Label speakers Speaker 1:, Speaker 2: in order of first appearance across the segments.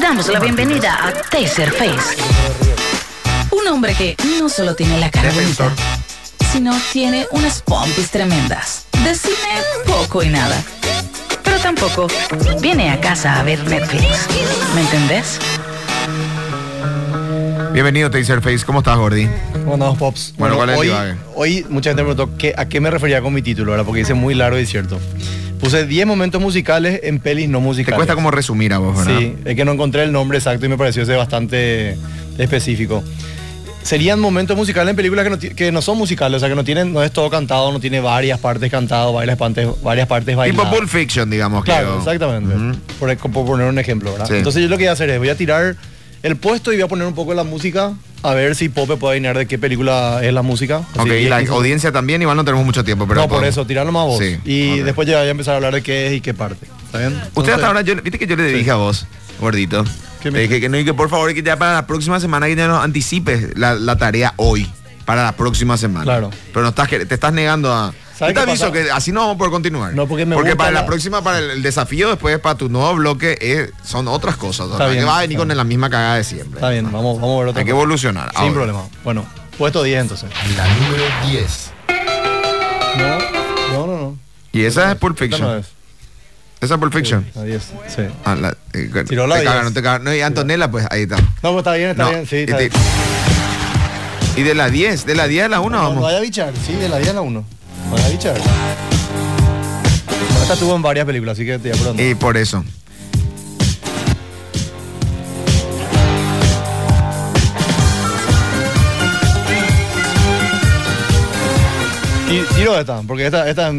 Speaker 1: damos la bienvenida a Taserface. Un hombre que no solo tiene la cara bonita, sino tiene unas pompis tremendas. De cine poco y nada. Pero tampoco viene a casa a ver Netflix. ¿Me entendés?
Speaker 2: Bienvenido, Taserface. ¿Cómo estás, Gordy?
Speaker 3: Bueno, Pops.
Speaker 2: Bueno, ¿cuál es el
Speaker 3: hoy,
Speaker 2: divague?
Speaker 3: hoy mucha gente me preguntó qué- a qué me refería con mi título, ¿verdad? Porque dice muy largo y cierto. Puse 10 momentos musicales en pelis no
Speaker 2: Te
Speaker 3: musicales.
Speaker 2: cuesta como resumir a vos, ¿verdad?
Speaker 3: Sí, es que no encontré el nombre exacto y me pareció ese bastante específico. Serían momentos musicales en películas que no, ti- que no son musicales, o sea, que no tienen, no es todo cantado, no tiene varias partes cantado, varias partes, varias partes
Speaker 2: Tipo
Speaker 3: bailadas.
Speaker 2: Pulp Fiction, digamos. creo.
Speaker 3: Claro, exactamente.
Speaker 2: Ujú.
Speaker 3: por, e, por poner un ejemplo, ¿verdad?
Speaker 2: Sí.
Speaker 3: Entonces yo lo que voy a hacer es, voy a tirar el puesto y voy a poner un poco la música, a ver si Pope puede adivinar de qué película es la música. Así
Speaker 2: Ok, y
Speaker 3: que-
Speaker 2: la audiencia también, igual no tenemos mucho tiempo, pero...
Speaker 3: no, por
Speaker 2: podemos.
Speaker 3: eso, tirar nomás vos.
Speaker 2: Sí,
Speaker 3: y
Speaker 2: ok.
Speaker 3: después ya voy a empezar a hablar de qué es y qué parte. ¿Está bien?
Speaker 2: Usted
Speaker 3: Entonces,
Speaker 2: hasta ahora, yo- viste que yo le dije a vos, gordito.
Speaker 3: ¿Qué me
Speaker 2: Le dije que no, y que por favor, que ya para la próxima semana que ya nos anticipes la, la tarea hoy. Para la próxima semana.
Speaker 3: Claro.
Speaker 2: Pero no estás, que- te estás negando a. Yo
Speaker 3: ¿Sabes
Speaker 2: te
Speaker 3: qué
Speaker 2: aviso
Speaker 3: pasa?
Speaker 2: que así no vamos a poder continuar.
Speaker 3: No, porque me gusta
Speaker 2: para la,
Speaker 3: la-
Speaker 2: próxima, para el, el desafío, después para tu nuevo bloque, eh, son otras cosas.
Speaker 3: Está
Speaker 2: o sea,
Speaker 3: bien,
Speaker 2: que vas a venir
Speaker 3: está
Speaker 2: con
Speaker 3: bien.
Speaker 2: la misma cagada de siempre.
Speaker 3: Está bien, vamos, vamos a ver otra
Speaker 2: Hay que
Speaker 3: cosa.
Speaker 2: evolucionar.
Speaker 3: Sin
Speaker 2: ahora.
Speaker 3: problema. Bueno, puesto 10 entonces.
Speaker 2: La número 10.
Speaker 3: No, no, no. no.
Speaker 2: Y esa es Pulp
Speaker 3: Esta no
Speaker 2: Fiction.
Speaker 3: es.
Speaker 2: Esa es Pulp Fiction.
Speaker 3: La 10. Sí.
Speaker 2: Ah, la- eh,
Speaker 3: Tiró la
Speaker 2: te
Speaker 3: 10.
Speaker 2: cagan, no te cagan. No, y Antonella, pues ahí está.
Speaker 3: No, pues está bien, está
Speaker 2: No,
Speaker 3: bien. Sí,
Speaker 2: y
Speaker 3: está
Speaker 2: te-
Speaker 3: bien.
Speaker 2: Y de la 10, de la 10 a la 1
Speaker 3: No,
Speaker 2: vamos.
Speaker 3: vaya a bichar, sí, de la 10 a la 1. Vaya a bichar. Esta estuvo en varias películas, así que te voy a preguntar.
Speaker 2: Y por eso.
Speaker 3: Ti- Tiro esta, porque esta, esta es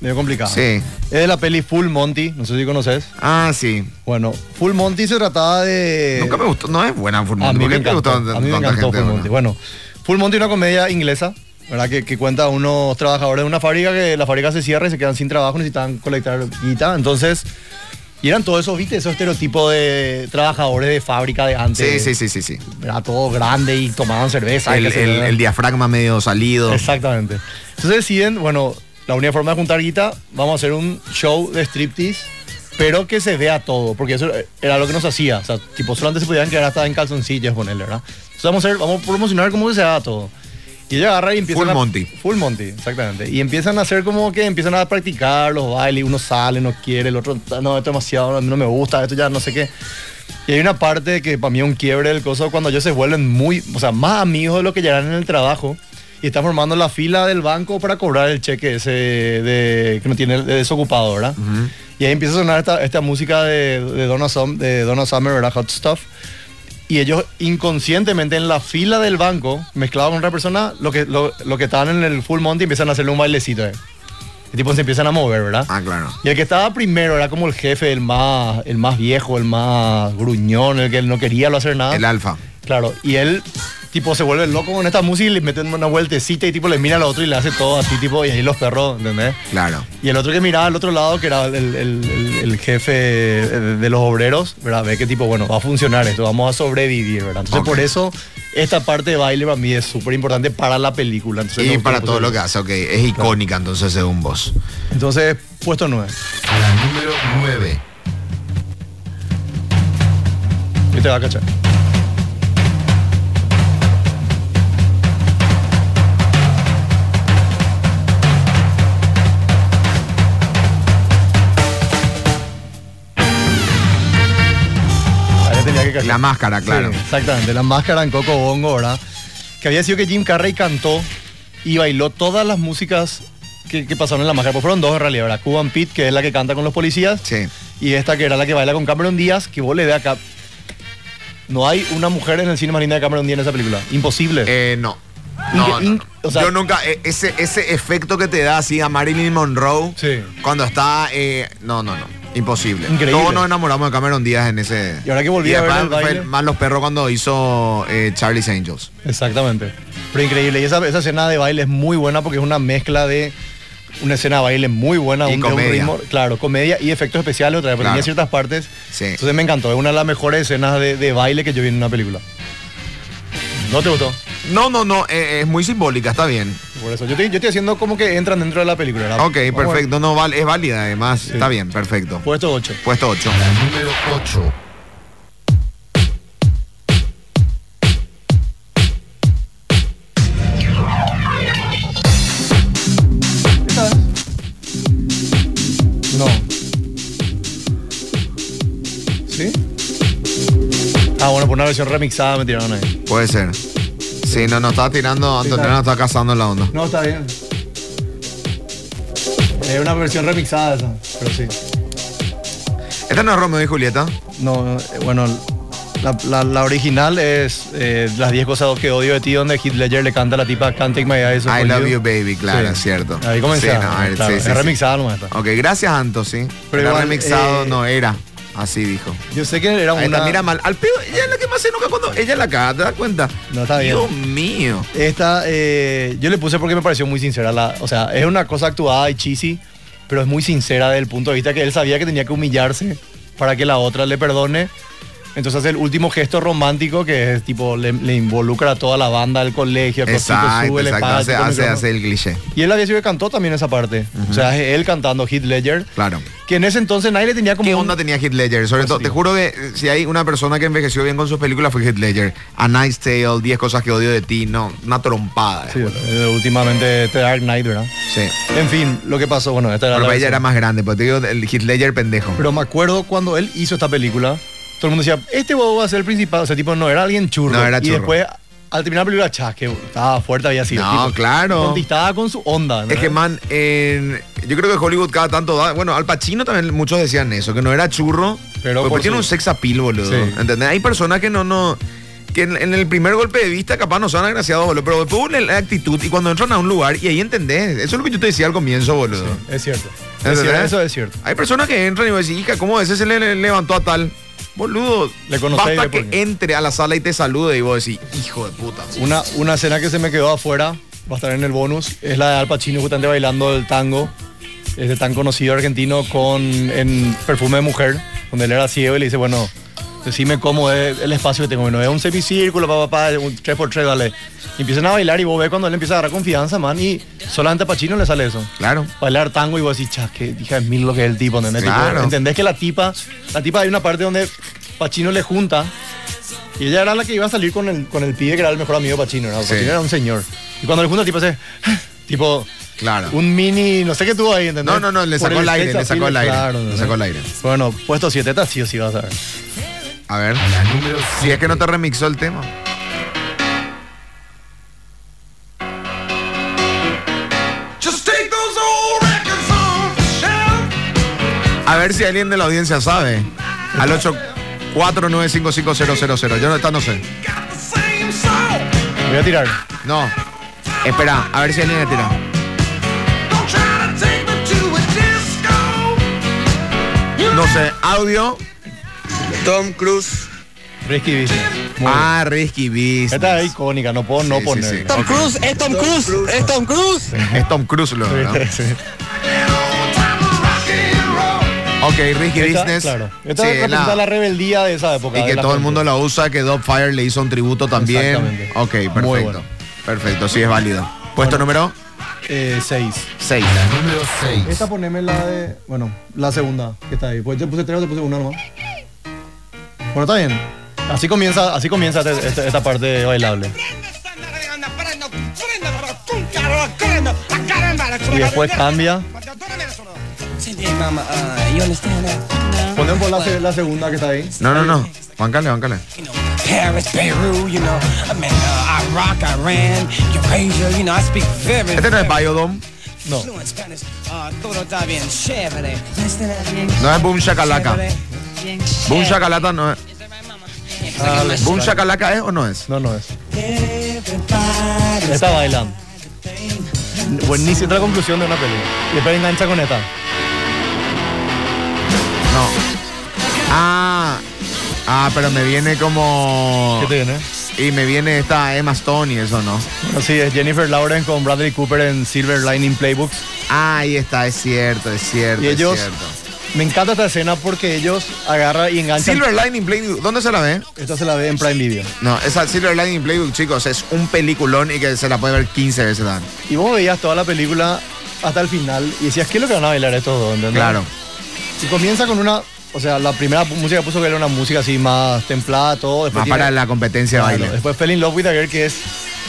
Speaker 3: medio complicada.
Speaker 2: Sí.
Speaker 3: Es de la peli Full Monty, no sé si conoces.
Speaker 2: Ah, sí.
Speaker 3: Bueno, Full Monty se trataba de...
Speaker 2: Nunca me gustó. No es buena Full
Speaker 3: Eh, A
Speaker 2: Monty.
Speaker 3: mí
Speaker 2: ¿Por
Speaker 3: me
Speaker 2: qué te
Speaker 3: encantó,
Speaker 2: gustó
Speaker 3: a mí me
Speaker 2: tanta
Speaker 3: encantó
Speaker 2: gente?
Speaker 3: Full Monty.
Speaker 2: Bueno,
Speaker 3: Bueno, Full Monty es una comedia inglesa, ¿verdad? Que, que cuenta unos trabajadores de una fábrica que la fábrica se cierra y se quedan sin trabajo, necesitan colectar guita. Entonces, y eran todos esos, ¿viste? Esos estereotipos de trabajadores de fábrica de antes.
Speaker 2: Sí, sí, sí, sí, sí.
Speaker 3: Era todo grande y tomaban cerveza. y
Speaker 2: El,
Speaker 3: qué sé
Speaker 2: el-
Speaker 3: yo.
Speaker 2: el diafragma medio salido.
Speaker 3: Exactamente. Entonces deciden, bueno, la única forma de juntar guita, vamos a hacer un show de striptease, pero que se vea todo, porque eso era lo que nos hacía. O sea, tipo, solamente se podían quedar hasta en calzoncillos con él, ¿verdad? Entonces vamos a, hacer, vamos a promocionar cómo se vea todo. Y ella agarra y empiezan
Speaker 2: Full
Speaker 3: a-
Speaker 2: Monty.
Speaker 3: Full Monty, exactamente. Y empiezan a hacer como que empiezan a practicar los bailes, uno sale, no quiere, el otro, "Ah, no, esto es demasiado, a mí no me gusta, esto ya no sé qué. Y hay una parte que para mí es un quiebre del coso cuando ellos se vuelven muy, o sea, más amigos de lo que ya eran en el trabajo y están formando la fila del banco para cobrar el cheque ese de, que no tiene el de desocupado, ¿verdad? Y ahí empieza a sonar esta, esta música de, de, Donna Sum- de Donna Summer, ¿verdad? Hot Stuff. Y ellos inconscientemente en la fila del banco, mezclado con otra persona, lo que, lo, lo que estaban en el Full Monty empiezan a hacerle un bailecito. ¿eh? Y tipo se empiezan a mover, ¿verdad?
Speaker 2: Ah, claro.
Speaker 3: Y el que estaba primero era como el jefe, el más, el más viejo, el más gruñón, el que no quería lo hacer nada.
Speaker 2: El alfa.
Speaker 3: Claro, y él tipo se vuelve loco con esta música y le meten una vueltecita y tipo le mira al otro y le hace todo así tipo y ahí los perros, ¿entendés?
Speaker 2: Claro.
Speaker 3: Y el otro que miraba al otro lado, que era el, el- el- el jefe de de los obreros, ¿verdad? Ve que tipo, bueno, va a funcionar esto, vamos a sobrevivir, ¿verdad? Entonces
Speaker 2: Ok.
Speaker 3: por eso esta parte de baile para mí es súper importante para la película. Entonces,
Speaker 2: Y
Speaker 3: no-
Speaker 2: para
Speaker 3: no-
Speaker 2: todo lo que hace, ok. Es icónica entonces según vos.
Speaker 3: Entonces, puesto 9.
Speaker 2: A la número 9.
Speaker 3: Y te va a cachar. Ahí la tenía que cachar.
Speaker 2: La máscara, claro.
Speaker 3: Sí, exactamente, la máscara en Coco Bongo, ¿verdad? Que había sido que Jim Carrey cantó y bailó todas las músicas que, que pasaron en la máscara. Pues fueron dos en realidad, ¿verdad? Cuban Pete, que es la que canta con los policías,
Speaker 2: Sí.
Speaker 3: y esta que era la que baila con Cameron Díaz, que vos le veas acá. No hay una mujer en el cine más linda de Cameron Díaz en esa película. Imposible.
Speaker 2: Eh, no.
Speaker 3: Inc-
Speaker 2: No, no, no.
Speaker 3: inc- o sea-
Speaker 2: yo nunca, e- ese, ese efecto que te da así a Marilyn Monroe
Speaker 3: Sí.
Speaker 2: cuando está. eh, no, no, no. Imposible.
Speaker 3: Increíble.
Speaker 2: Todos nos enamoramos de Cameron Díaz en ese.
Speaker 3: Y ahora que volví a ver
Speaker 2: después
Speaker 3: el baile.
Speaker 2: fue Más los perros cuando hizo eh, Charlie's Angels.
Speaker 3: Exactamente. Pero increíble. Y esa, esa escena de baile es muy buena porque es una mezcla de una escena de baile muy buena,
Speaker 2: Y
Speaker 3: de
Speaker 2: comedia.
Speaker 3: claro, comedia y efectos especiales otra vez, pero
Speaker 2: Claro.
Speaker 3: tenía ciertas partes.
Speaker 2: Sí.
Speaker 3: Entonces me encantó. Es una de las mejores escenas de, de baile que yo vi en una película. ¿No te gustó?
Speaker 2: No, no, no. eh, es muy simbólica, está bien.
Speaker 3: Por eso. Yo, te- yo estoy haciendo como que entran dentro de la película. ¿verdad?
Speaker 2: Ok,
Speaker 3: Vamos a ver.
Speaker 2: perfecto. No, val- es válida además. Está bien, perfecto.
Speaker 3: Puesto 8.
Speaker 2: Puesto 8.
Speaker 4: número 8.
Speaker 3: ¿Sí? Ah, bueno, por una versión remixada me tiraron ahí.
Speaker 2: Puede ser. Sí, no, nos está tirando,
Speaker 3: Sí,
Speaker 2: Antonella
Speaker 3: está.
Speaker 2: nos está cazando la onda.
Speaker 3: No, está bien. Es una versión remixada esa, pero sí.
Speaker 2: Esta no es Romeo y Julieta.
Speaker 3: No, eh, bueno, la, la- la original es eh, Las 10 cosas que odio de ti, donde Heath Ledger le canta a la tipa Can't Take My Eyes Off
Speaker 2: I love you,
Speaker 3: You.
Speaker 2: baby, claro,
Speaker 3: Sí.
Speaker 2: es cierto.
Speaker 3: Ahí comenzó.
Speaker 2: Sí, no, a ver,
Speaker 3: claro,
Speaker 2: sí, sí,
Speaker 3: es
Speaker 2: sí.
Speaker 3: remixada nomás esta.
Speaker 2: Ok, gracias, Anto, sí.
Speaker 3: Pero
Speaker 2: Era
Speaker 3: igual,
Speaker 2: remixado
Speaker 3: eh,
Speaker 2: no era. Así dijo.
Speaker 3: Yo sé que era
Speaker 2: Ahí
Speaker 3: una...
Speaker 2: está, mira mal. Al peor, ella es la que más se nunca cuando ella es la caga, ¿te das cuenta?
Speaker 3: No, está bien.
Speaker 2: Dios mío.
Speaker 3: Esta, eh, yo le puse porque me pareció muy sincera. La, o sea, es una cosa actuada y cheesy, pero es muy sincera desde el punto de vista que él sabía que tenía que humillarse para que la otra le perdone. Entonces hace el último gesto romántico que es tipo, le, le involucra a toda la banda del colegio, cosito,
Speaker 2: Exacto,
Speaker 3: sube, le
Speaker 2: exacto.
Speaker 3: paga,
Speaker 2: Hace,
Speaker 3: chupa el
Speaker 2: hace,
Speaker 3: micrófono.
Speaker 2: hace el cliché.
Speaker 3: Y él había sido que cantó también esa parte. O sea, es él cantando Heath Ledger.
Speaker 2: Claro.
Speaker 3: Que en ese entonces nadie le tenía como.
Speaker 2: ¿Qué
Speaker 3: un- Pues
Speaker 2: onda tenía Heath Ledger? Sobre todo, te
Speaker 3: Positivo.
Speaker 2: juro que eh, si hay una persona que envejeció bien con sus películas fue Heath Ledger. A Nice Tale, 10 cosas que odio de ti, no, una trompada.
Speaker 3: Sí, eh, últimamente The Dark Knight, ¿verdad?
Speaker 2: Sí.
Speaker 3: En fin, lo que pasó, bueno, esta era
Speaker 2: Pero
Speaker 3: la
Speaker 2: ella
Speaker 3: versión.
Speaker 2: era más grande, pero te digo, el Heath Ledger pendejo.
Speaker 3: Pero me acuerdo cuando él hizo esta película, todo el mundo decía, este huevo va a ser el principal. O sea, tipo, no, era alguien churro.
Speaker 2: No, era
Speaker 3: Y
Speaker 2: churro.
Speaker 3: después, al terminar la película, chas, que estaba fuerte, había sido.
Speaker 2: No, claro.
Speaker 3: Contistaba con su onda.
Speaker 2: Es
Speaker 3: ¿verdad?
Speaker 2: que, man, en- yo creo que Hollywood cada tanto da. Bueno, Al Pacino también muchos decían eso, que no era churro.
Speaker 3: Pero
Speaker 2: Pero porque
Speaker 3: por
Speaker 2: tiene
Speaker 3: su-
Speaker 2: un sex appeal, boludo.
Speaker 3: Sí.
Speaker 2: ¿Entendés? Hay personas que no, no. Que en, en el primer golpe de vista capaz no son agraciados, boludo. Pero después la- la actitud y cuando entran a un lugar y ahí entendés. Eso es lo que yo te decía al comienzo, boludo.
Speaker 3: Es cierto. Es
Speaker 2: ¿Entendés?
Speaker 3: cierto, Eso es cierto.
Speaker 2: Hay personas que entran y vos decís, hija, ¿cómo ese se le, le levantó a tal? Boludo,
Speaker 3: Le conocés y
Speaker 2: basta
Speaker 3: ve por
Speaker 2: que
Speaker 3: qué.
Speaker 2: entre a la sala y te salude y vos decís, hijo de puta.
Speaker 3: Una, una escena que se me quedó afuera, va a estar en el bonus, es la de Al Pacino justamente bailando el tango, este tan conocido argentino con en Perfume de Mujer, donde él era ciego y le dice, bueno, decime cómo es el espacio que tengo. Bueno, es un semicírculo, papá, papá, un 3x3, dale. Y empiezan a bailar y vos ves cuando él empieza a agarrar confianza, man, y solamente a Pacino le sale eso.
Speaker 2: Claro.
Speaker 3: Bailar tango y vos decís, chas, que hija de mil lo que es el tipo, ¿entendés? Tipo,
Speaker 2: Claro.
Speaker 3: ¿Entendés que la tipa, la tipa hay una parte donde Pacino le junta y ella era la que iba a salir con el, con el pibe que era el mejor amigo de Pacino, ¿no?
Speaker 2: Sí.
Speaker 3: Pacino era un señor. Y cuando le junta el tipo hace, tipo,
Speaker 2: Claro.
Speaker 3: un mini, no sé qué tuvo ahí, ¿entendés?
Speaker 2: No, no, no, le
Speaker 3: Por
Speaker 2: sacó el aire,
Speaker 3: sex
Speaker 2: le sacó
Speaker 3: appeal,
Speaker 2: el aire,
Speaker 3: claro,
Speaker 2: le
Speaker 3: ¿entendés?
Speaker 2: sacó el aire.
Speaker 3: Bueno, puesto 7 está sí o sí vas a ver.
Speaker 2: A ver. Si es que no te remixó el tema. A ver si alguien de la audiencia sabe. Al 8495500. Yo no, esta no sé.
Speaker 3: Voy a tirar.
Speaker 2: No. Espera, a ver si alguien le tira. No sé, audio.
Speaker 4: Tom Cruise.
Speaker 3: Risky Business. Muy
Speaker 2: Ah, Risky Business.
Speaker 3: bien. Esta es icónica, no puedo no
Speaker 2: Sí, sí,
Speaker 3: poner.
Speaker 2: sí.
Speaker 5: Tom Cruise, es Tom Cruise, es Tom Cruise.
Speaker 2: Es Tom Cruise, lo ¿verdad? Ok, Risky
Speaker 3: Esta,
Speaker 2: Business.
Speaker 3: Claro. Esta
Speaker 2: Sí,
Speaker 3: representa
Speaker 2: la-
Speaker 3: la rebeldía de esa época.
Speaker 2: Y
Speaker 3: de
Speaker 2: que
Speaker 3: la
Speaker 2: todo el
Speaker 3: gente.
Speaker 2: mundo la usa, que Dogfire le hizo un tributo también.
Speaker 3: Exactamente.
Speaker 2: Ok, perfecto.
Speaker 3: Muy bueno.
Speaker 2: Perfecto, sí es válido. Puesto número
Speaker 3: Eh, seis.
Speaker 2: 6.
Speaker 3: Esta poneme la de. Bueno, la segunda que está ahí. Pues te puse tres o te puse una nomás. Bueno, está bien. Así comienza, así comienza este- este- esta parte bailable. Y después cambia.
Speaker 5: uh,
Speaker 3: Ponemos la, se- la segunda que está ahí.
Speaker 2: No, no, no. Bancale, bancale.
Speaker 5: Paris, Peru, you know, I mean, uh, Iraq, Iran, Eurasia, you know, I speak very,
Speaker 2: Este no es
Speaker 5: very
Speaker 2: Biodome,
Speaker 3: No.
Speaker 5: fluent Spanish. Uh, todo está bien, chévere. Listen up, bien
Speaker 2: no es Boom Shakalaka.
Speaker 5: chévere, bien
Speaker 2: Boom
Speaker 5: chévere.
Speaker 2: Shakalaka no es.
Speaker 3: Dale.
Speaker 2: ¿Boom Shakalaka es o no es?
Speaker 3: No, no es.
Speaker 5: Everybody
Speaker 3: Esta bailando. Buenísima esta es la conclusión de una película. Y después engancha con esta.
Speaker 2: No. Ah. Ah, pero me viene como.
Speaker 3: ¿Qué tiene?
Speaker 2: Y me viene esta Emma Stone y eso, ¿no?
Speaker 3: Así es, Jennifer Lawrence con Bradley Cooper en Silver Lining Playbooks.
Speaker 2: Ah, ahí está, es cierto, es cierto,
Speaker 3: Y ellos-
Speaker 2: es cierto.
Speaker 3: Me encanta esta escena porque ellos agarran y enganchan.
Speaker 2: Silver Lining Playbook, ¿dónde se la ve?
Speaker 3: Esta se la ve en Prime Video.
Speaker 2: No, esa Silver Lining Playbook, chicos, es un peliculón y que se la puede ver 15 veces también.
Speaker 3: Y vos veías toda la película hasta el final y decías, ¿qué es lo que van a bailar estos dos? ¿entendés?
Speaker 2: Claro.
Speaker 3: Y comienza con una, o sea, la primera pu- música que puso que era una música así más templada, todo. Después
Speaker 2: Más
Speaker 3: tiene-
Speaker 2: para la competencia de
Speaker 3: Claro,
Speaker 2: baile.
Speaker 3: Después Fell in Love with a Girl, que es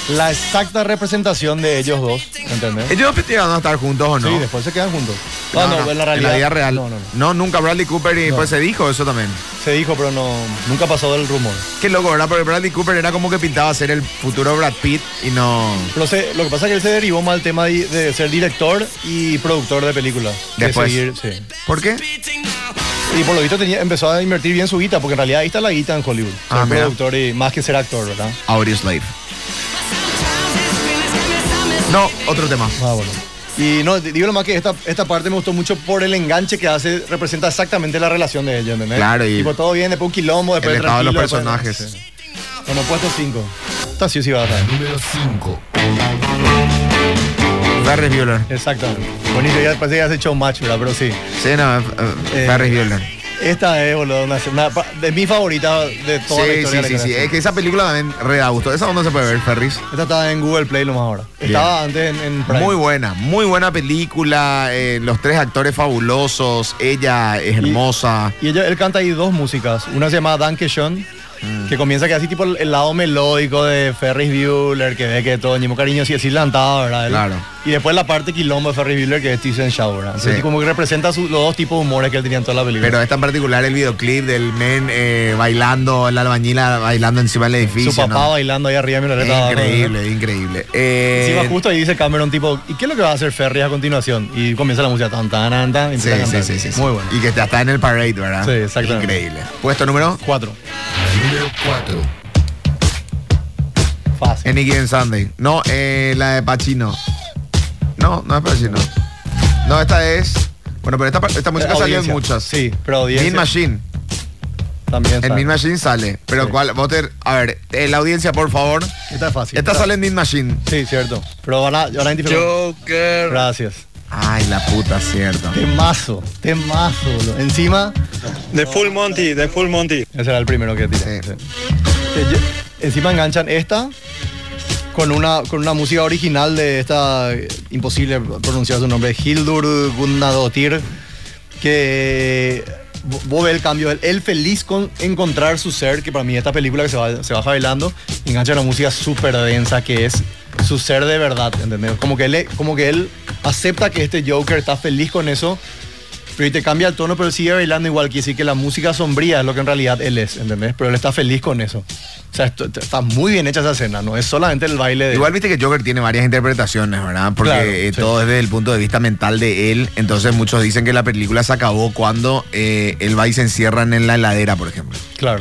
Speaker 3: la exacta representación de ellos dos, ¿entendés?
Speaker 2: Ellos dos llegaron a estar juntos o no.
Speaker 3: Sí, después se quedan juntos.
Speaker 2: No,
Speaker 3: Ah, no,
Speaker 2: no,
Speaker 3: en la realidad.
Speaker 2: vida real.
Speaker 3: No, no, no.
Speaker 2: nunca Bradley Cooper y
Speaker 3: No.
Speaker 2: pues se dijo eso también.
Speaker 3: Se dijo, pero no, nunca pasó del rumor.
Speaker 2: Qué loco, ¿verdad? Porque Bradley Cooper era como que pintaba ser el futuro Brad Pitt y no.
Speaker 3: Pero se- lo que pasa es que él se derivó más al tema de, de ser director y productor de películas. De
Speaker 2: Después.
Speaker 3: seguir, sí.
Speaker 2: ¿Por qué?
Speaker 3: Y por lo visto tenía, empezó a invertir bien su guita, porque en realidad ahí está la guita en Hollywood. Ser
Speaker 2: Ah, mira.
Speaker 3: productor y más que ser actor, ¿verdad?
Speaker 2: Audio Slave. No, otro tema.
Speaker 3: Ah, bueno. Y no, di- digo lo más que esta, esta parte me gustó mucho por el enganche que hace, representa exactamente la relación de ellos, ¿entendés?
Speaker 2: Claro, y-
Speaker 3: y... Tipo, todo bien, después un quilombo, después
Speaker 2: El estado de los
Speaker 3: tranquilo, después-
Speaker 2: personajes.
Speaker 3: Sí. Bueno, puesto 5. Esta sí o sí va a estar.
Speaker 2: Ferris Bueller.
Speaker 3: Exactamente. Bonito, ya parece que has hecho un match, ¿verdad? Pero sí.
Speaker 2: Sí, no, eh, eh,
Speaker 3: Eh,
Speaker 2: Ferris Bueller.
Speaker 3: Esta es, boludo, una, una- de mi favorita de toda la
Speaker 2: Sí,
Speaker 3: historia.
Speaker 2: sí,
Speaker 3: de
Speaker 2: sí,
Speaker 3: la
Speaker 2: sí. eh.
Speaker 3: creación.
Speaker 2: Es que esa película también re da gusto. Esa no se puede ver, Ferris.
Speaker 3: Esta está en Google Play lo más ahora. Estaba antes en, en Prime.
Speaker 2: Muy buena, muy buena película. eh, los tres actores fabulosos. Ella es
Speaker 3: Y-
Speaker 2: hermosa.
Speaker 3: Y ella, él canta ahí dos músicas. Una se llama Danke Sean,
Speaker 2: Mm.
Speaker 3: que comienza que así tipo el, el lado melódico de Ferris Bueller, que ve que todo, ñimo cariño, si así lantaba, ¿verdad? Él-
Speaker 2: Claro.
Speaker 3: Y después la parte quilombo de Ferris Bueller, que es Tyson Shaw, ¿verdad? Entonces,
Speaker 2: Sí.
Speaker 3: como que representa su- los dos tipos de humores que él tenía en toda la película.
Speaker 2: Pero esta en particular, el videoclip del men eh, bailando, la albañila bailando encima del edificio.
Speaker 3: su papá
Speaker 2: ¿no?
Speaker 3: bailando ahí arriba, mira,
Speaker 2: Es Increíble, es increíble. Eh,
Speaker 3: Encima justo ahí dice Cameron tipo, ¿y qué es lo que va a hacer Ferris a continuación? Y comienza la música tan tan tan, tan y
Speaker 2: sí,
Speaker 3: empieza a
Speaker 2: sí,
Speaker 3: cantar.
Speaker 2: sí, sí, sí.
Speaker 3: Muy bueno.
Speaker 2: Y que está en el parade, ¿verdad?
Speaker 3: Sí, exactamente.
Speaker 2: Increíble. Puesto número
Speaker 3: Cuatro. Fácil.
Speaker 2: Any Given Sunday. No, eh, la de Pacino. No, no es Pacino. No, esta es. Bueno, pero esta, esta música salió en
Speaker 3: Audiencia.
Speaker 2: muchas.
Speaker 3: Sí, pero audiencia.
Speaker 2: Mean Machine.
Speaker 3: También
Speaker 2: En
Speaker 3: sale.
Speaker 2: Mean Machine sale. Pero
Speaker 3: Sí.
Speaker 2: cuál, vos te- a ver, eh, la audiencia, por favor.
Speaker 3: Esta es fácil.
Speaker 2: Esta sale en Mean Machine.
Speaker 3: Sí, cierto. Pero van a, van a identificar-
Speaker 4: Joker.
Speaker 3: Gracias.
Speaker 2: Ay, la puta, cierto.
Speaker 3: Temazo, temazo. boludo. Encima,
Speaker 6: De Full Monty, de Full Monty.
Speaker 3: ese era el primero que tiré.
Speaker 2: Sí.
Speaker 3: Sí. Eh, yo- Encima enganchan esta con una, con una música original de esta, eh, imposible pronunciar su nombre, Hildur Gunnadotir, que vo- vos ves el cambio, él, él feliz con encontrar su ser, que para mí esta película que se, va, se baja bailando, engancha una música súper densa que es su ser de verdad, ¿entendés? Como que, él, como que él acepta que este Joker está feliz con eso, pero y te cambia el tono, pero sigue bailando igual. Quiere decir que la música sombría es lo que en realidad él es, ¿entendés? Pero él está feliz con eso. O sea, esto- está muy bien hecha esa escena, no es solamente el baile de.
Speaker 2: Igual viste que Joker tiene varias interpretaciones, ¿verdad? Porque
Speaker 3: Claro,
Speaker 2: eh,
Speaker 3: sí.
Speaker 2: todo es desde el punto de vista mental de él. Entonces muchos dicen que la película se acabó cuando eh, él va y se encierran en la heladera, por ejemplo.
Speaker 3: Claro.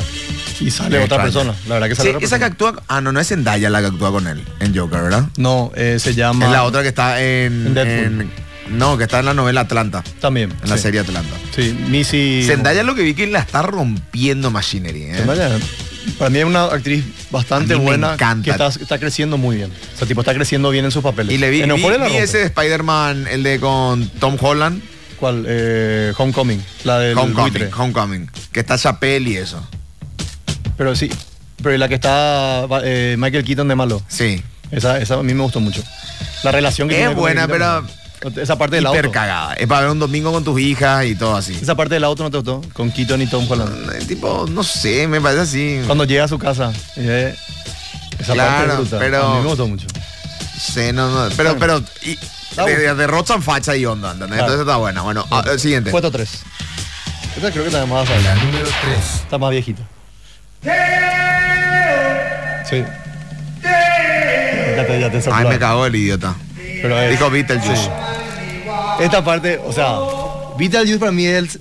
Speaker 3: Y sale
Speaker 2: Qué extraño.
Speaker 3: otra persona. La verdad que sale
Speaker 2: Sí,
Speaker 3: otra
Speaker 2: esa que
Speaker 3: persona.
Speaker 2: actúa. Ah, no, no es Zendaya la que actúa con él en Joker, ¿verdad?
Speaker 3: No, eh, se llama.
Speaker 2: Es la otra que está en.
Speaker 3: En Deadpool.
Speaker 2: en- no, que está en la novela Atlanta.
Speaker 3: También.
Speaker 2: En la
Speaker 3: sí.
Speaker 2: serie Atlanta.
Speaker 3: Sí, Missy.
Speaker 2: Zendaya lo que vi que la está rompiendo Machinery, ¿eh?
Speaker 3: Zendaya, Para mí es una actriz bastante
Speaker 2: A mí me
Speaker 3: buena
Speaker 2: encanta.
Speaker 3: que está, está creciendo muy bien. O sea, tipo, está creciendo bien en sus papeles.
Speaker 2: Y le vi,
Speaker 3: en
Speaker 2: vi-
Speaker 3: Euphoria la
Speaker 2: vi
Speaker 3: rompe.
Speaker 2: ese de Spider-Man, el de con Tom Holland.
Speaker 3: ¿Cuál? Eh, Homecoming. La del buitre.
Speaker 2: Homecoming, Homecoming. Que está Chappelle y eso.
Speaker 3: Pero sí. Pero la que está eh, Michael Keaton de malo.
Speaker 2: Sí.
Speaker 3: Esa, esa a mí me gustó mucho. La relación que
Speaker 2: Es
Speaker 3: tiene con
Speaker 2: buena,
Speaker 3: Michael Keaton. Esa parte del
Speaker 2: Hiper
Speaker 3: auto.
Speaker 2: cagada. Es para ver un domingo con tus hijas y todo así.
Speaker 3: Esa parte del auto no te gustó. Con Keaton y Tom Holland.
Speaker 2: Eh, Tipo, no sé, me parece así.
Speaker 3: Cuando llega a su casa. eh, esa parte
Speaker 2: Claro,
Speaker 3: es brutal.
Speaker 2: pero-
Speaker 3: A mí me gustó mucho.
Speaker 2: Sí, no, no, Pero, pero. y-
Speaker 3: Está
Speaker 2: de,
Speaker 3: bueno.
Speaker 2: de Rotzan facha y onda, ¿entendés?
Speaker 3: Claro.
Speaker 2: Entonces está buena. Bueno, ah, eh, siguiente.
Speaker 3: Puesto 3. Esta creo que también vas a hablar. Número 3. Está más viejita. Sí. Ya te, ya te
Speaker 2: Ay,
Speaker 3: soplaba.
Speaker 2: me cagó el idiota.
Speaker 3: Pero es-
Speaker 2: Dijo Beetlejuice.
Speaker 3: Esta parte, o sea, Beetlejuice para mí es.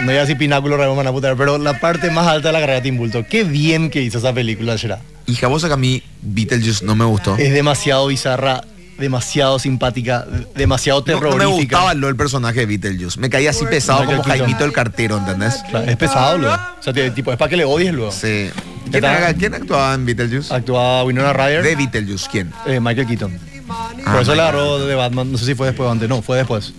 Speaker 3: No voy a decir pináculo Ramón Manaputar, pero la parte más alta de la carrera de Tim Burton. Qué bien que hizo esa película, será.
Speaker 2: Hija, vos sabés que a mí Beetlejuice no me gustó.
Speaker 3: Es demasiado bizarra, demasiado simpática, demasiado
Speaker 2: No, no me
Speaker 3: terrorífica.
Speaker 2: gustaba lo el personaje de Beetlejuice. Me caía así pesado
Speaker 3: Michael
Speaker 2: como
Speaker 3: Keaton.
Speaker 2: Jaimito el cartero, ¿entendés?
Speaker 3: O sea, es pesado, luego. O sea, te- tipo, es para que le odies luego.
Speaker 2: Sí.
Speaker 3: ¿Qué
Speaker 2: ¿Quién,
Speaker 3: tal?
Speaker 2: haga- quién actuaba en Beetlejuice?
Speaker 3: Actuaba Winona Ryder,
Speaker 2: De Beetlejuice, ¿quién?
Speaker 3: eh, Michael Keaton.
Speaker 2: Ah,
Speaker 3: Por eso
Speaker 2: Michael
Speaker 3: le agarró de Batman. No sé si fue después o antes. No, fue después.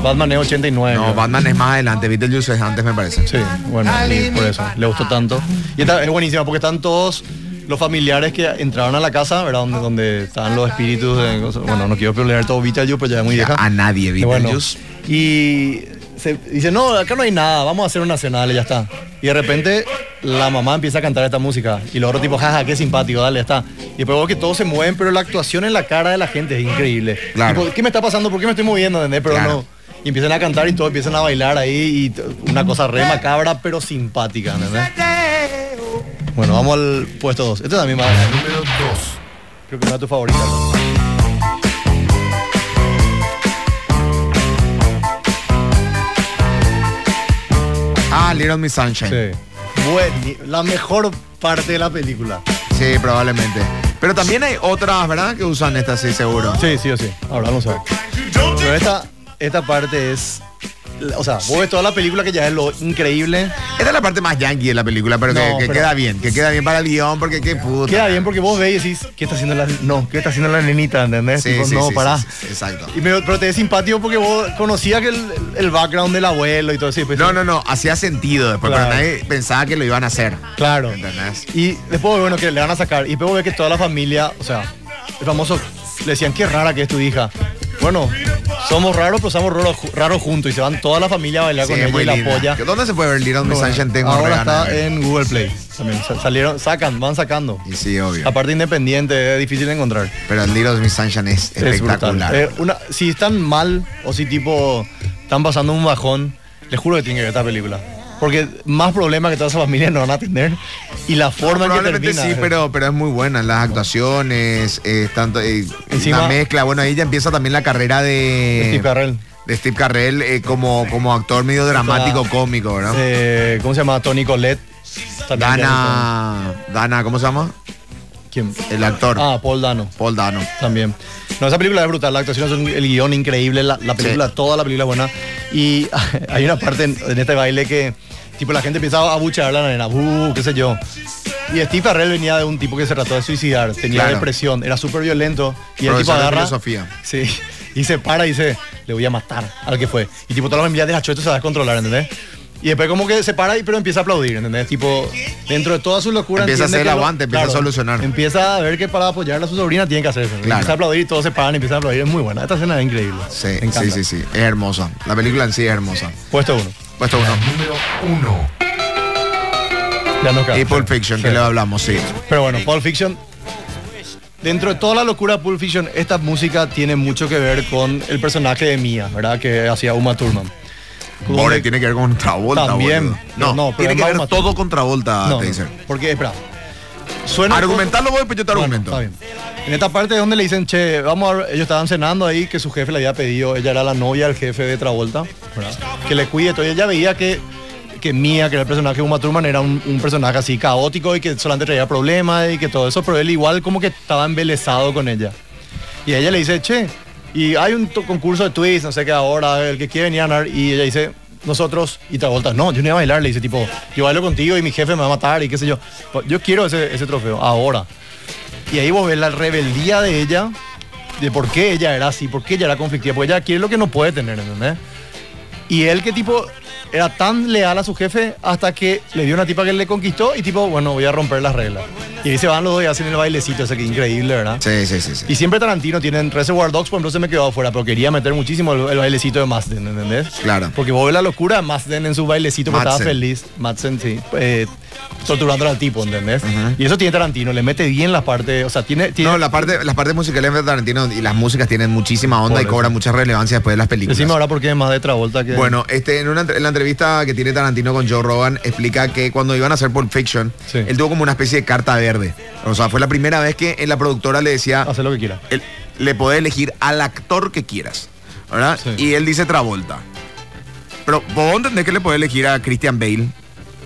Speaker 3: Batman es 89.
Speaker 2: No,
Speaker 3: creo.
Speaker 2: Batman es más adelante, Beetlejuice es antes, me parece.
Speaker 3: Sí, bueno, y por eso. Le gustó tanto. Y esta es buenísima porque están todos los familiares que entraron a la casa, ¿verdad? Donde, donde estaban los espíritus. de- bueno, no quiero leer todo Beetlejuice, pero ya es muy vieja.
Speaker 2: A nadie,
Speaker 3: Y bueno,
Speaker 2: Beetlejuice.
Speaker 3: y se dice, no, acá no hay nada, vamos a hacer una cena, dale, ya está. Y de repente la mamá empieza a cantar esta música. Y los otros tipo, jaja, qué simpático, dale, está. Y luego que todos se mueven, pero la actuación en la cara de la gente es increíble.
Speaker 2: Claro.
Speaker 3: Tipo, ¿Qué me está pasando? ¿Por qué me estoy moviendo? ¿Entendés? Pero
Speaker 2: Claro.
Speaker 3: no. Y empiezan a cantar y todos empiezan a bailar ahí. Y t- una cosa re macabra, pero simpática, ¿entendés? Bueno, vamos al puesto 2. Este también va a ganar.
Speaker 7: Número 2.
Speaker 3: Creo que no es tu favorita.
Speaker 2: Ah, Little Miss Sunshine.
Speaker 3: Sí. Bueno, la mejor parte de la película.
Speaker 2: Sí. probablemente. Pero también hay otras, ¿verdad? Que usan estas, sí, seguro.
Speaker 3: Sí, sí o sí. Ahora vamos a ver. Pero esta, esta parte es. O sea, vos ves toda la película que ya es lo increíble.
Speaker 2: Esta es la parte más yankee de la película, pero, que,
Speaker 3: No,
Speaker 2: que
Speaker 3: pero-
Speaker 2: queda bien. Que queda bien para el guión, porque qué puta.
Speaker 3: Queda bien porque vos ves y decís, ¿qué está haciendo la, no, ¿qué está haciendo la nenita? ¿Entendés?
Speaker 2: Sí,
Speaker 3: Tipo,
Speaker 2: sí,
Speaker 3: no,
Speaker 2: sí,
Speaker 3: pará.
Speaker 2: sí, sí, exacto.
Speaker 3: Y me- pero te es simpático porque vos conocías que el, el background del abuelo y pues todo eso. y después-
Speaker 2: No, no, no. Hacía sentido después,
Speaker 3: Claro.
Speaker 2: pero nadie pensaba que lo iban a hacer.
Speaker 3: Claro.
Speaker 2: ¿Entendés?
Speaker 3: Y después, bueno, que le van a sacar. Y después ve que toda la familia, o sea, el famoso, le decían, qué rara que es tu hija. Bueno, somos raros, pero somos raros, raros juntos. Y se van toda la familia a bailar
Speaker 2: Sí,
Speaker 3: con
Speaker 2: es
Speaker 3: ella
Speaker 2: muy
Speaker 3: y la
Speaker 2: linda.
Speaker 3: apoya.
Speaker 2: ¿Que ¿Dónde se puede ver Little Miss
Speaker 3: Bueno,
Speaker 2: Sunshine? Tengo
Speaker 3: ahora
Speaker 2: re ganas
Speaker 3: está
Speaker 2: de ver.
Speaker 3: en Google Play. También sa- salieron, sacan, van sacando.
Speaker 2: Y sí, obvio.
Speaker 3: Aparte independiente, es difícil de encontrar.
Speaker 2: Pero Little Miss Sunshine es
Speaker 3: Es brutal.
Speaker 2: espectacular.
Speaker 3: Eh, una- si están mal o si tipo están pasando un bajón, les juro que tienen que ver esta película. Porque más problemas que toda esa familia no van a tener. Y la forma en que
Speaker 2: Probablemente
Speaker 3: termina. eh.
Speaker 2: sí, pero, pero es muy buena. Las actuaciones, eh, tanto, eh,
Speaker 3: Encima-
Speaker 2: la mezcla. Bueno, ahí ya empieza también la carrera de,
Speaker 3: Steve Carrell.
Speaker 2: de Steve Carrell, eh, como, como actor medio dramático,
Speaker 3: Está-
Speaker 2: cómico, ¿verdad?
Speaker 3: Eh, ¿Cómo se llama? Tony Colette. También ya
Speaker 2: Dana, Dana, ¿cómo se llama?
Speaker 3: no- ¿Quién?
Speaker 2: El actor,
Speaker 3: Ah, Paul Dano.
Speaker 2: Paul Dano.
Speaker 3: También. No, esa película es brutal, la actuación es un- el guión increíble, la, la película,
Speaker 2: Sí.
Speaker 3: toda la película es buena. Y hay una parte en, en este baile que, tipo, la gente empezaba a buchear a la nena, "Uh", qué sé yo. Y Steve Carrell venía de un tipo que se trató de suicidar, tenía
Speaker 2: Claro.
Speaker 3: depresión, era súper violento. Y el
Speaker 2: Profesor
Speaker 3: tipo
Speaker 2: de
Speaker 3: agarra.
Speaker 2: filosofía.
Speaker 3: Sí, y se para y dice, le voy a matar al que fue. Y tipo, todas las familia de Nacho, esto se va a descontrolar, ¿entendés? Y después como que se para y pero empieza a aplaudir, ¿entendés? Tipo, dentro de toda su locura...
Speaker 2: Empieza a hacer el
Speaker 3: entiende que lo- em-
Speaker 2: aguante, empieza a solucionar.
Speaker 3: Empieza a ver que para apoyar a su sobrina tienen que hacer eso.
Speaker 2: Claro.
Speaker 3: Empieza a aplaudir y todos se paran y empiezan a aplaudir. Es muy buena. Esta escena es increíble. Me
Speaker 2: Sí,
Speaker 3: encanta.
Speaker 2: sí, sí, sí. Es hermosa. La película en sí es hermosa.
Speaker 3: Puesto uno.
Speaker 2: Puesto uno.
Speaker 7: Número 1.
Speaker 3: Ya no
Speaker 2: Y
Speaker 3: cabe.
Speaker 2: Pulp Fiction, que
Speaker 3: Sí.
Speaker 2: le hablamos, sí.
Speaker 3: Pero bueno, Pulp Fiction. Dentro de toda la locura de Pulp Fiction, esta música tiene mucho que ver con el personaje de Mia, ¿verdad? Que hacía Uma Thurman.
Speaker 2: Pobre, tiene que ver con Travolta,
Speaker 3: También.
Speaker 2: boludo.
Speaker 3: No,
Speaker 2: No,
Speaker 3: no, pero
Speaker 2: tiene
Speaker 3: es
Speaker 2: que
Speaker 3: más
Speaker 2: ver
Speaker 3: mat-
Speaker 2: todo con Travolta,
Speaker 3: No, no,
Speaker 2: te dicen.
Speaker 3: porque, espera. Suena
Speaker 2: Argumentarlo voy, pero yo te
Speaker 3: Bueno,
Speaker 2: argumento.
Speaker 3: está bien. En esta parte es donde le dicen, che, vamos a ver", ellos estaban cenando ahí, que su jefe le había pedido, ella era la novia del jefe de Travolta, ¿verdad? que le cuide todo. Y ella veía que, que Mia, que era el personaje de Uma Thurman, era un, un personaje así caótico y que solamente traía problemas y que todo eso, pero él igual como que estaba embelesado con ella. Y ella le dice, che, y hay un to- concurso de twist, no sé qué ahora, el que quiere venir a ganar. Y ella dice, nosotros, y Travolta, no, yo no iba a bailar. Le dice, tipo, yo bailo contigo y mi jefe me va a matar y qué sé yo. Pues, Yo quiero ese, ese trofeo, ahora. Y ahí vos ves la rebeldía de ella, de por qué ella era así, por qué ella era conflictiva, porque ella quiere lo que no puede tener, ¿entendés? Y él que tipo era tan leal a su jefe hasta que le dio una tipa que le conquistó y tipo, bueno, voy a romper las reglas. Y ahí se van los dos y hacen el bailecito ese que increíble, ¿verdad?
Speaker 2: Sí, sí, sí. sí.
Speaker 3: Y siempre Tarantino tiene en Reservoir Dogs, por ejemplo, se me quedó afuera, pero quería meter muchísimo el, el bailecito de Mazden, ¿entendés?
Speaker 2: Claro.
Speaker 3: Porque vos ves la locura de Mazden en su bailecito, porque estaba
Speaker 2: Madsen.
Speaker 3: feliz. Madsen, sí. eh, torturando al tipo, ¿entendés? Y eso tiene Tarantino, le mete bien la parte, o sea, tiene... tiene
Speaker 2: No, la parte, las partes musicales de Tarantino y las músicas tienen muchísima onda
Speaker 3: Por
Speaker 2: y
Speaker 3: eso.
Speaker 2: cobran mucha relevancia después de las películas.
Speaker 3: Decime ahora por qué es más de Travolta que...
Speaker 2: Bueno, este, en, una, entre- en la entrevista que tiene Tarantino con Joe Rogan, explica que cuando iban a hacer Pulp Fiction,
Speaker 3: Sí.
Speaker 2: él tuvo como una especie de carta verde. O sea, fue la primera vez que en la productora le decía,
Speaker 3: Hace lo que quiera.
Speaker 2: él- le podés elegir al actor que quieras, ¿verdad?
Speaker 3: Sí.
Speaker 2: Y él dice Travolta. Pero vos entendés que le podés elegir a Christian Bale.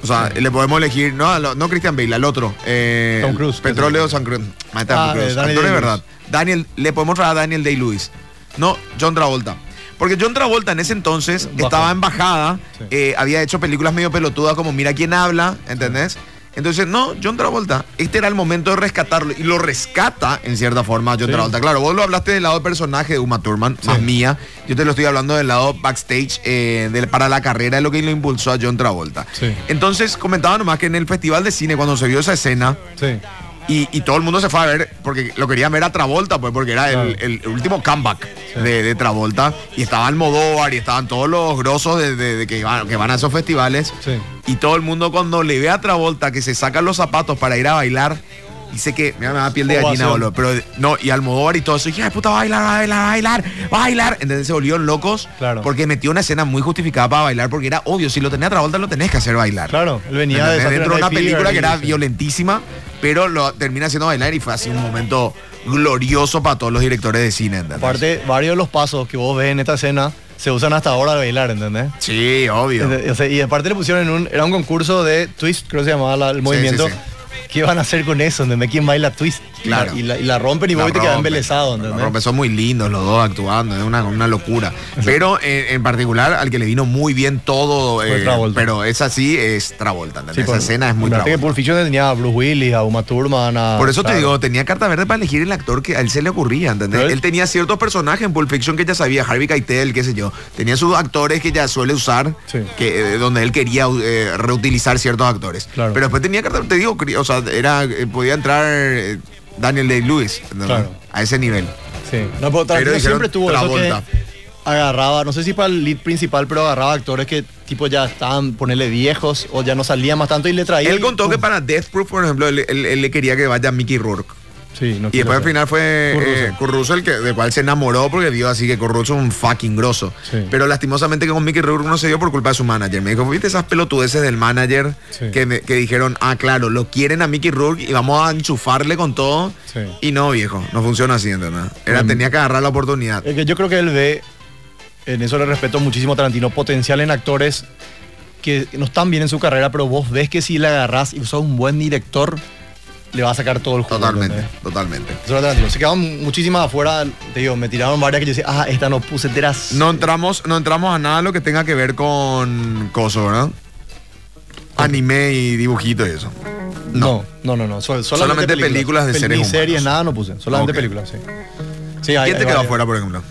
Speaker 2: O sea, le podemos elegir, no, al- no Christian Bale, al otro. eh,
Speaker 3: Tom Cruise,
Speaker 2: Petróleo San Cruz. Maestro
Speaker 3: Ah,
Speaker 2: Tom Cruise.
Speaker 3: eh, Daniel
Speaker 2: Actor de
Speaker 3: Day-Lewis.
Speaker 2: verdad. Daniel, le podemos traer a Daniel Day-Lewis. No, John Travolta. Porque John Travolta en ese entonces
Speaker 3: Bajó.
Speaker 2: estaba en bajada,
Speaker 3: Sí.
Speaker 2: eh, había hecho películas medio pelotudas como Mira quién habla, ¿entendés? Entonces, no, John Travolta, este era el momento de rescatarlo. Y lo rescata, en cierta forma, John
Speaker 3: Sí.
Speaker 2: Travolta. Claro, vos lo hablaste del lado del personaje de Uma Thurman, más mía. Yo te lo estoy hablando del lado backstage eh, del- para la carrera, de lo que lo impulsó a John Travolta.
Speaker 3: Sí.
Speaker 2: Entonces, comentaba nomás que en el Festival de Cine, cuando se vio esa escena,
Speaker 3: Sí.
Speaker 2: Y, y todo el mundo se fue a ver, porque lo querían ver a Travolta, pues, porque era el, el último comeback de, de Travolta. Y estaba Almodóvar y estaban todos los grosos de, de- de que, iban- que van a esos festivales.
Speaker 3: Sí.
Speaker 2: Y todo el mundo cuando le ve a Travolta que se sacan los zapatos para ir a bailar, dice que, mira, me da piel de gallina,
Speaker 3: Ovación.
Speaker 2: boludo. Pero no, y Almodóvar y todo eso, hija de puta, bailar, bailar, bailar, bailar. Entonces se volvieron locos
Speaker 3: Claro.
Speaker 2: porque metió una escena muy justificada para bailar, porque era obvio, si lo tenés a Travolta lo tenés que hacer bailar.
Speaker 3: Claro, él venía de
Speaker 2: ¿Entendés?
Speaker 3: Saturday
Speaker 2: Dentro de una
Speaker 3: Night Fever
Speaker 2: película que
Speaker 3: y-
Speaker 2: era
Speaker 3: sí.
Speaker 2: violentísima, pero lo termina haciendo bailar y fue así un momento glorioso para todos los directores de cine, ¿entendés?
Speaker 3: Aparte, varios de los pasos que vos ves en esta escena se usan hasta ahora de bailar, ¿entendés?
Speaker 2: Sí, obvio.
Speaker 3: Ente- o sea, y aparte le pusieron en un, era un concurso de twist, creo que se llamaba la- el movimiento.
Speaker 2: sí,
Speaker 3: ¿Qué van a hacer con eso? ¿Entendés? ¿Quién baila twist?
Speaker 2: Claro.
Speaker 3: Y la, y la rompen y
Speaker 2: La
Speaker 3: vos te quedas
Speaker 2: rompen,
Speaker 3: embelesado,
Speaker 2: la
Speaker 3: ¿entendés?
Speaker 2: rompen, son muy lindos los dos actuando, es una, una locura. Pero eh, en particular, al que le vino muy bien todo,
Speaker 3: Fue
Speaker 2: eh,
Speaker 3: Travolta.
Speaker 2: pero esa sí es Travolta, ¿entendés?
Speaker 3: Sí,
Speaker 2: Esa
Speaker 3: por-
Speaker 2: escena es muy
Speaker 3: aparte que
Speaker 2: Travolta.
Speaker 3: Pulp Fiction tenía a Bruce Willis, a Uma Thurman, a...
Speaker 2: Por eso te
Speaker 3: Ah, claro.
Speaker 2: digo, tenía carta verde para elegir el actor que a él se le ocurría, ¿entendés?
Speaker 3: Pero él-
Speaker 2: Él tenía ciertos personajes en Pulp Fiction que ya sabía, Harvey Keitel, qué sé yo. Tenía sus actores que ya suele usar,
Speaker 3: Sí.
Speaker 2: que, eh, donde él quería eh, reutilizar ciertos actores.
Speaker 3: Claro.
Speaker 2: Pero después tenía carta, te digo, cri- o sea, era, eh, podía entrar eh, Daniel Day-Lewis, ¿entendés?
Speaker 3: Claro.
Speaker 2: A ese nivel.
Speaker 3: Sí. No, pero Tarantino
Speaker 2: dijeron
Speaker 3: siempre tuvo eso
Speaker 2: Travolta.
Speaker 3: que agarraba, no sé si para el lead principal, pero agarraba actores que tipo ya estaban, ponerle viejos o ya no salían más tanto y le traía...
Speaker 2: Él contó
Speaker 3: y-
Speaker 2: que para Death Proof, por ejemplo, él, él- él le quería que vaya Mickey Rourke.
Speaker 3: Sí, no
Speaker 2: Y
Speaker 3: quiero
Speaker 2: después al
Speaker 3: ver.
Speaker 2: final fue
Speaker 3: Curruzo.
Speaker 2: eh, Curruzo el que, del cual se enamoró porque vio así que Curruzo es un fucking grosso.
Speaker 3: Sí.
Speaker 2: Pero lastimosamente que con Mickey Rourke no se dio por culpa de su manager. Me dijo, viste esas pelotudeces del manager
Speaker 3: Sí.
Speaker 2: que, me- que dijeron, ah, claro, lo quieren a Mickey Rourke y vamos a enchufarle con todo.
Speaker 3: Sí.
Speaker 2: Y no, viejo, no funciona así, ¿entendés? Era,
Speaker 3: Mm.
Speaker 2: tenía que agarrar la oportunidad.
Speaker 3: Es que yo creo que él ve, en eso le respeto muchísimo a Tarantino, potencial en actores que no están bien en su carrera, pero vos ves que si le agarrás y sos un buen director, le va a sacar todo el juego.
Speaker 2: Totalmente,
Speaker 3: ¿entendés?
Speaker 2: totalmente.
Speaker 3: Eso era Tarantino. Se quedaron muchísimas afuera, te digo, me tiraron varias que yo decía, ah, esta no puse, teras.
Speaker 2: No entramos, no entramos a nada lo que tenga que ver con coso, ¿verdad? Anime y dibujito y eso.
Speaker 3: no, no, no, no, sol- solamente,
Speaker 2: Solamente películas de
Speaker 3: Pel-
Speaker 2: seres
Speaker 3: ni series,
Speaker 2: humanos.
Speaker 3: nada no puse, solamente
Speaker 2: Ok.
Speaker 3: películas, sí. Sí, hay-
Speaker 2: ¿Quién te quedó
Speaker 3: hay varias.
Speaker 2: afuera, por ejemplo?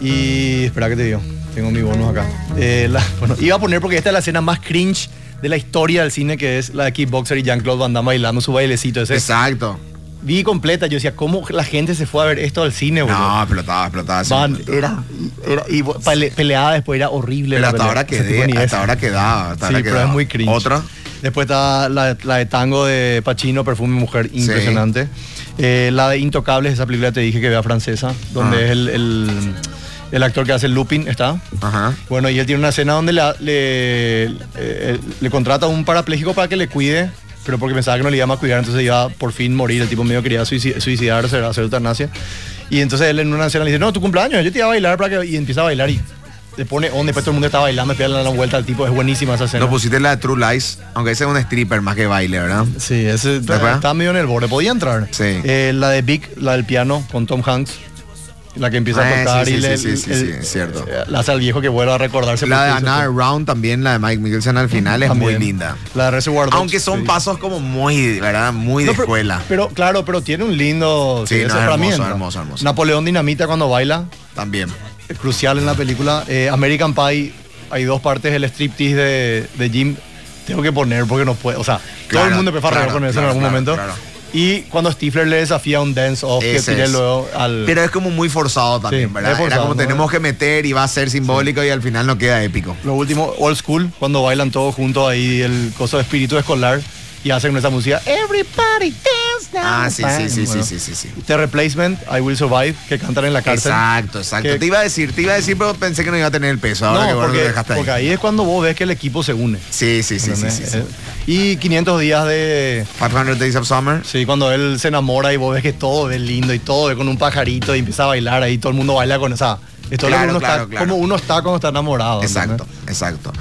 Speaker 3: Y espera que te digo, tengo mi bonus acá. Eh, la- bueno, iba a poner porque esta es la escena más cringe de la historia del cine, que es la de Kickboxer y Jean-Claude Van Damme bailando su bailecito ese.
Speaker 2: Exacto.
Speaker 3: Vi completa, yo decía, ¿cómo la gente se fue a ver esto al cine,
Speaker 2: No,
Speaker 3: boludo?
Speaker 2: explotaba, explotaba. sí.
Speaker 3: Man, era, era- y bo- pele- peleada después, era horrible.
Speaker 2: Pero
Speaker 3: la
Speaker 2: hasta
Speaker 3: pelea.
Speaker 2: ahora
Speaker 3: Ese tipo
Speaker 2: quedé,
Speaker 3: ni es.
Speaker 2: hasta ahora quedaba. Hasta
Speaker 3: Sí,
Speaker 2: ahora
Speaker 3: pero
Speaker 2: quedaba.
Speaker 3: es muy cringe.
Speaker 2: Otra.
Speaker 3: Después está la, la de Tango de Pacino, Perfume Mujer, impresionante. Eh, la de Intocables, esa película que te dije que vea francesa, donde
Speaker 2: Ah.
Speaker 3: es el, el- el actor que hace el looping, está.
Speaker 2: Ajá.
Speaker 3: Bueno, y él tiene una escena donde la- le, eh, le contrata a un parapléjico para que le cuide, pero porque pensaba que no le iba a cuidar, entonces iba a por fin morir. El tipo medio quería suici- suicidarse, hacer eutanasia. Y entonces él en una escena le dice, no, tu cumpleaños, yo te iba a bailar para que... Y empieza a bailar y le pone on, después todo el mundo está bailando, le pegan la vuelta al tipo, es buenísima esa escena.
Speaker 2: No pusiste la de True Lies, aunque ese es un stripper más que baile, ¿verdad?
Speaker 3: Sí, ese
Speaker 2: ¿Te acuerdas?
Speaker 3: está medio en el borde, podía entrar.
Speaker 2: Sí.
Speaker 3: Eh, la de Big, la del piano con Tom Hanks, la que empieza
Speaker 2: Ah,
Speaker 3: a tocar
Speaker 2: sí,
Speaker 3: y
Speaker 2: sí,
Speaker 3: le,
Speaker 2: sí, sí,
Speaker 3: el-
Speaker 2: sí, es cierto.
Speaker 3: eh, la hace al viejo que vuelva a recordarse.
Speaker 2: La de
Speaker 3: porque hizo
Speaker 2: Another
Speaker 3: eso.
Speaker 2: Round también, la de Mike Mikkelsen al final, es
Speaker 3: También.
Speaker 2: muy linda.
Speaker 3: La de Reservoir Dogs,
Speaker 2: Aunque son
Speaker 3: sí.
Speaker 2: pasos como muy, ¿verdad? Muy de
Speaker 3: No, pero-
Speaker 2: escuela.
Speaker 3: Pero claro, pero tiene un lindo.
Speaker 2: Sí, no,
Speaker 3: ese
Speaker 2: es
Speaker 3: para mí
Speaker 2: hermoso,
Speaker 3: entra.
Speaker 2: hermoso, hermoso.
Speaker 3: Napoleón Dinamita cuando baila,
Speaker 2: También.
Speaker 3: es crucial en la película. Eh, American Pie, hay dos partes del striptease de, de Jim. Tengo que poner porque no puede. O sea, todo el
Speaker 2: Claro,
Speaker 3: mundo empezó a
Speaker 2: claro,
Speaker 3: regar con eso
Speaker 2: claro,
Speaker 3: en algún
Speaker 2: claro,
Speaker 3: momento.
Speaker 2: claro.
Speaker 3: Y cuando Stifler le desafía un dance off que
Speaker 2: Ese
Speaker 3: tiré
Speaker 2: es.
Speaker 3: luego al.
Speaker 2: Pero es como muy forzado también,
Speaker 3: Sí,
Speaker 2: ¿verdad?
Speaker 3: es
Speaker 2: Era
Speaker 3: forzado,
Speaker 2: como
Speaker 3: ¿no?
Speaker 2: tenemos que meter y va a ser simbólico y al final no queda épico.
Speaker 3: Lo último, Old School, cuando bailan todos juntos ahí el coso de espíritu escolar y hacen esa música. Everybody dance now.
Speaker 2: Ah, sí, sí, sí, sí,
Speaker 3: Bueno.
Speaker 2: sí, sí, sí.
Speaker 3: The Replacement, I Will Survive, que cantan en la cárcel.
Speaker 2: Exacto, exacto.
Speaker 3: Que-
Speaker 2: Te iba a decir, te iba a decir, pero pensé que no iba a tener el peso. Ahora que
Speaker 3: No,
Speaker 2: bueno, lo
Speaker 3: porque,
Speaker 2: dejaste ahí.
Speaker 3: porque ahí es cuando vos ves que el equipo se une.
Speaker 2: Sí, sí, sí, sí,
Speaker 3: ¿entendés?
Speaker 2: sí, sí.
Speaker 3: Eh, Y 500 días de...
Speaker 2: 500 Days of Summer.
Speaker 3: Sí, cuando él se enamora y vos ves que todo es lindo y todo es con un pajarito y empieza a bailar ahí, todo el mundo baila con esa... Esto es lo que
Speaker 2: Claro,
Speaker 3: uno
Speaker 2: claro,
Speaker 3: está,
Speaker 2: claro.
Speaker 3: como uno está cuando está enamorado.
Speaker 2: Exacto,
Speaker 3: ¿entendés?
Speaker 2: exacto.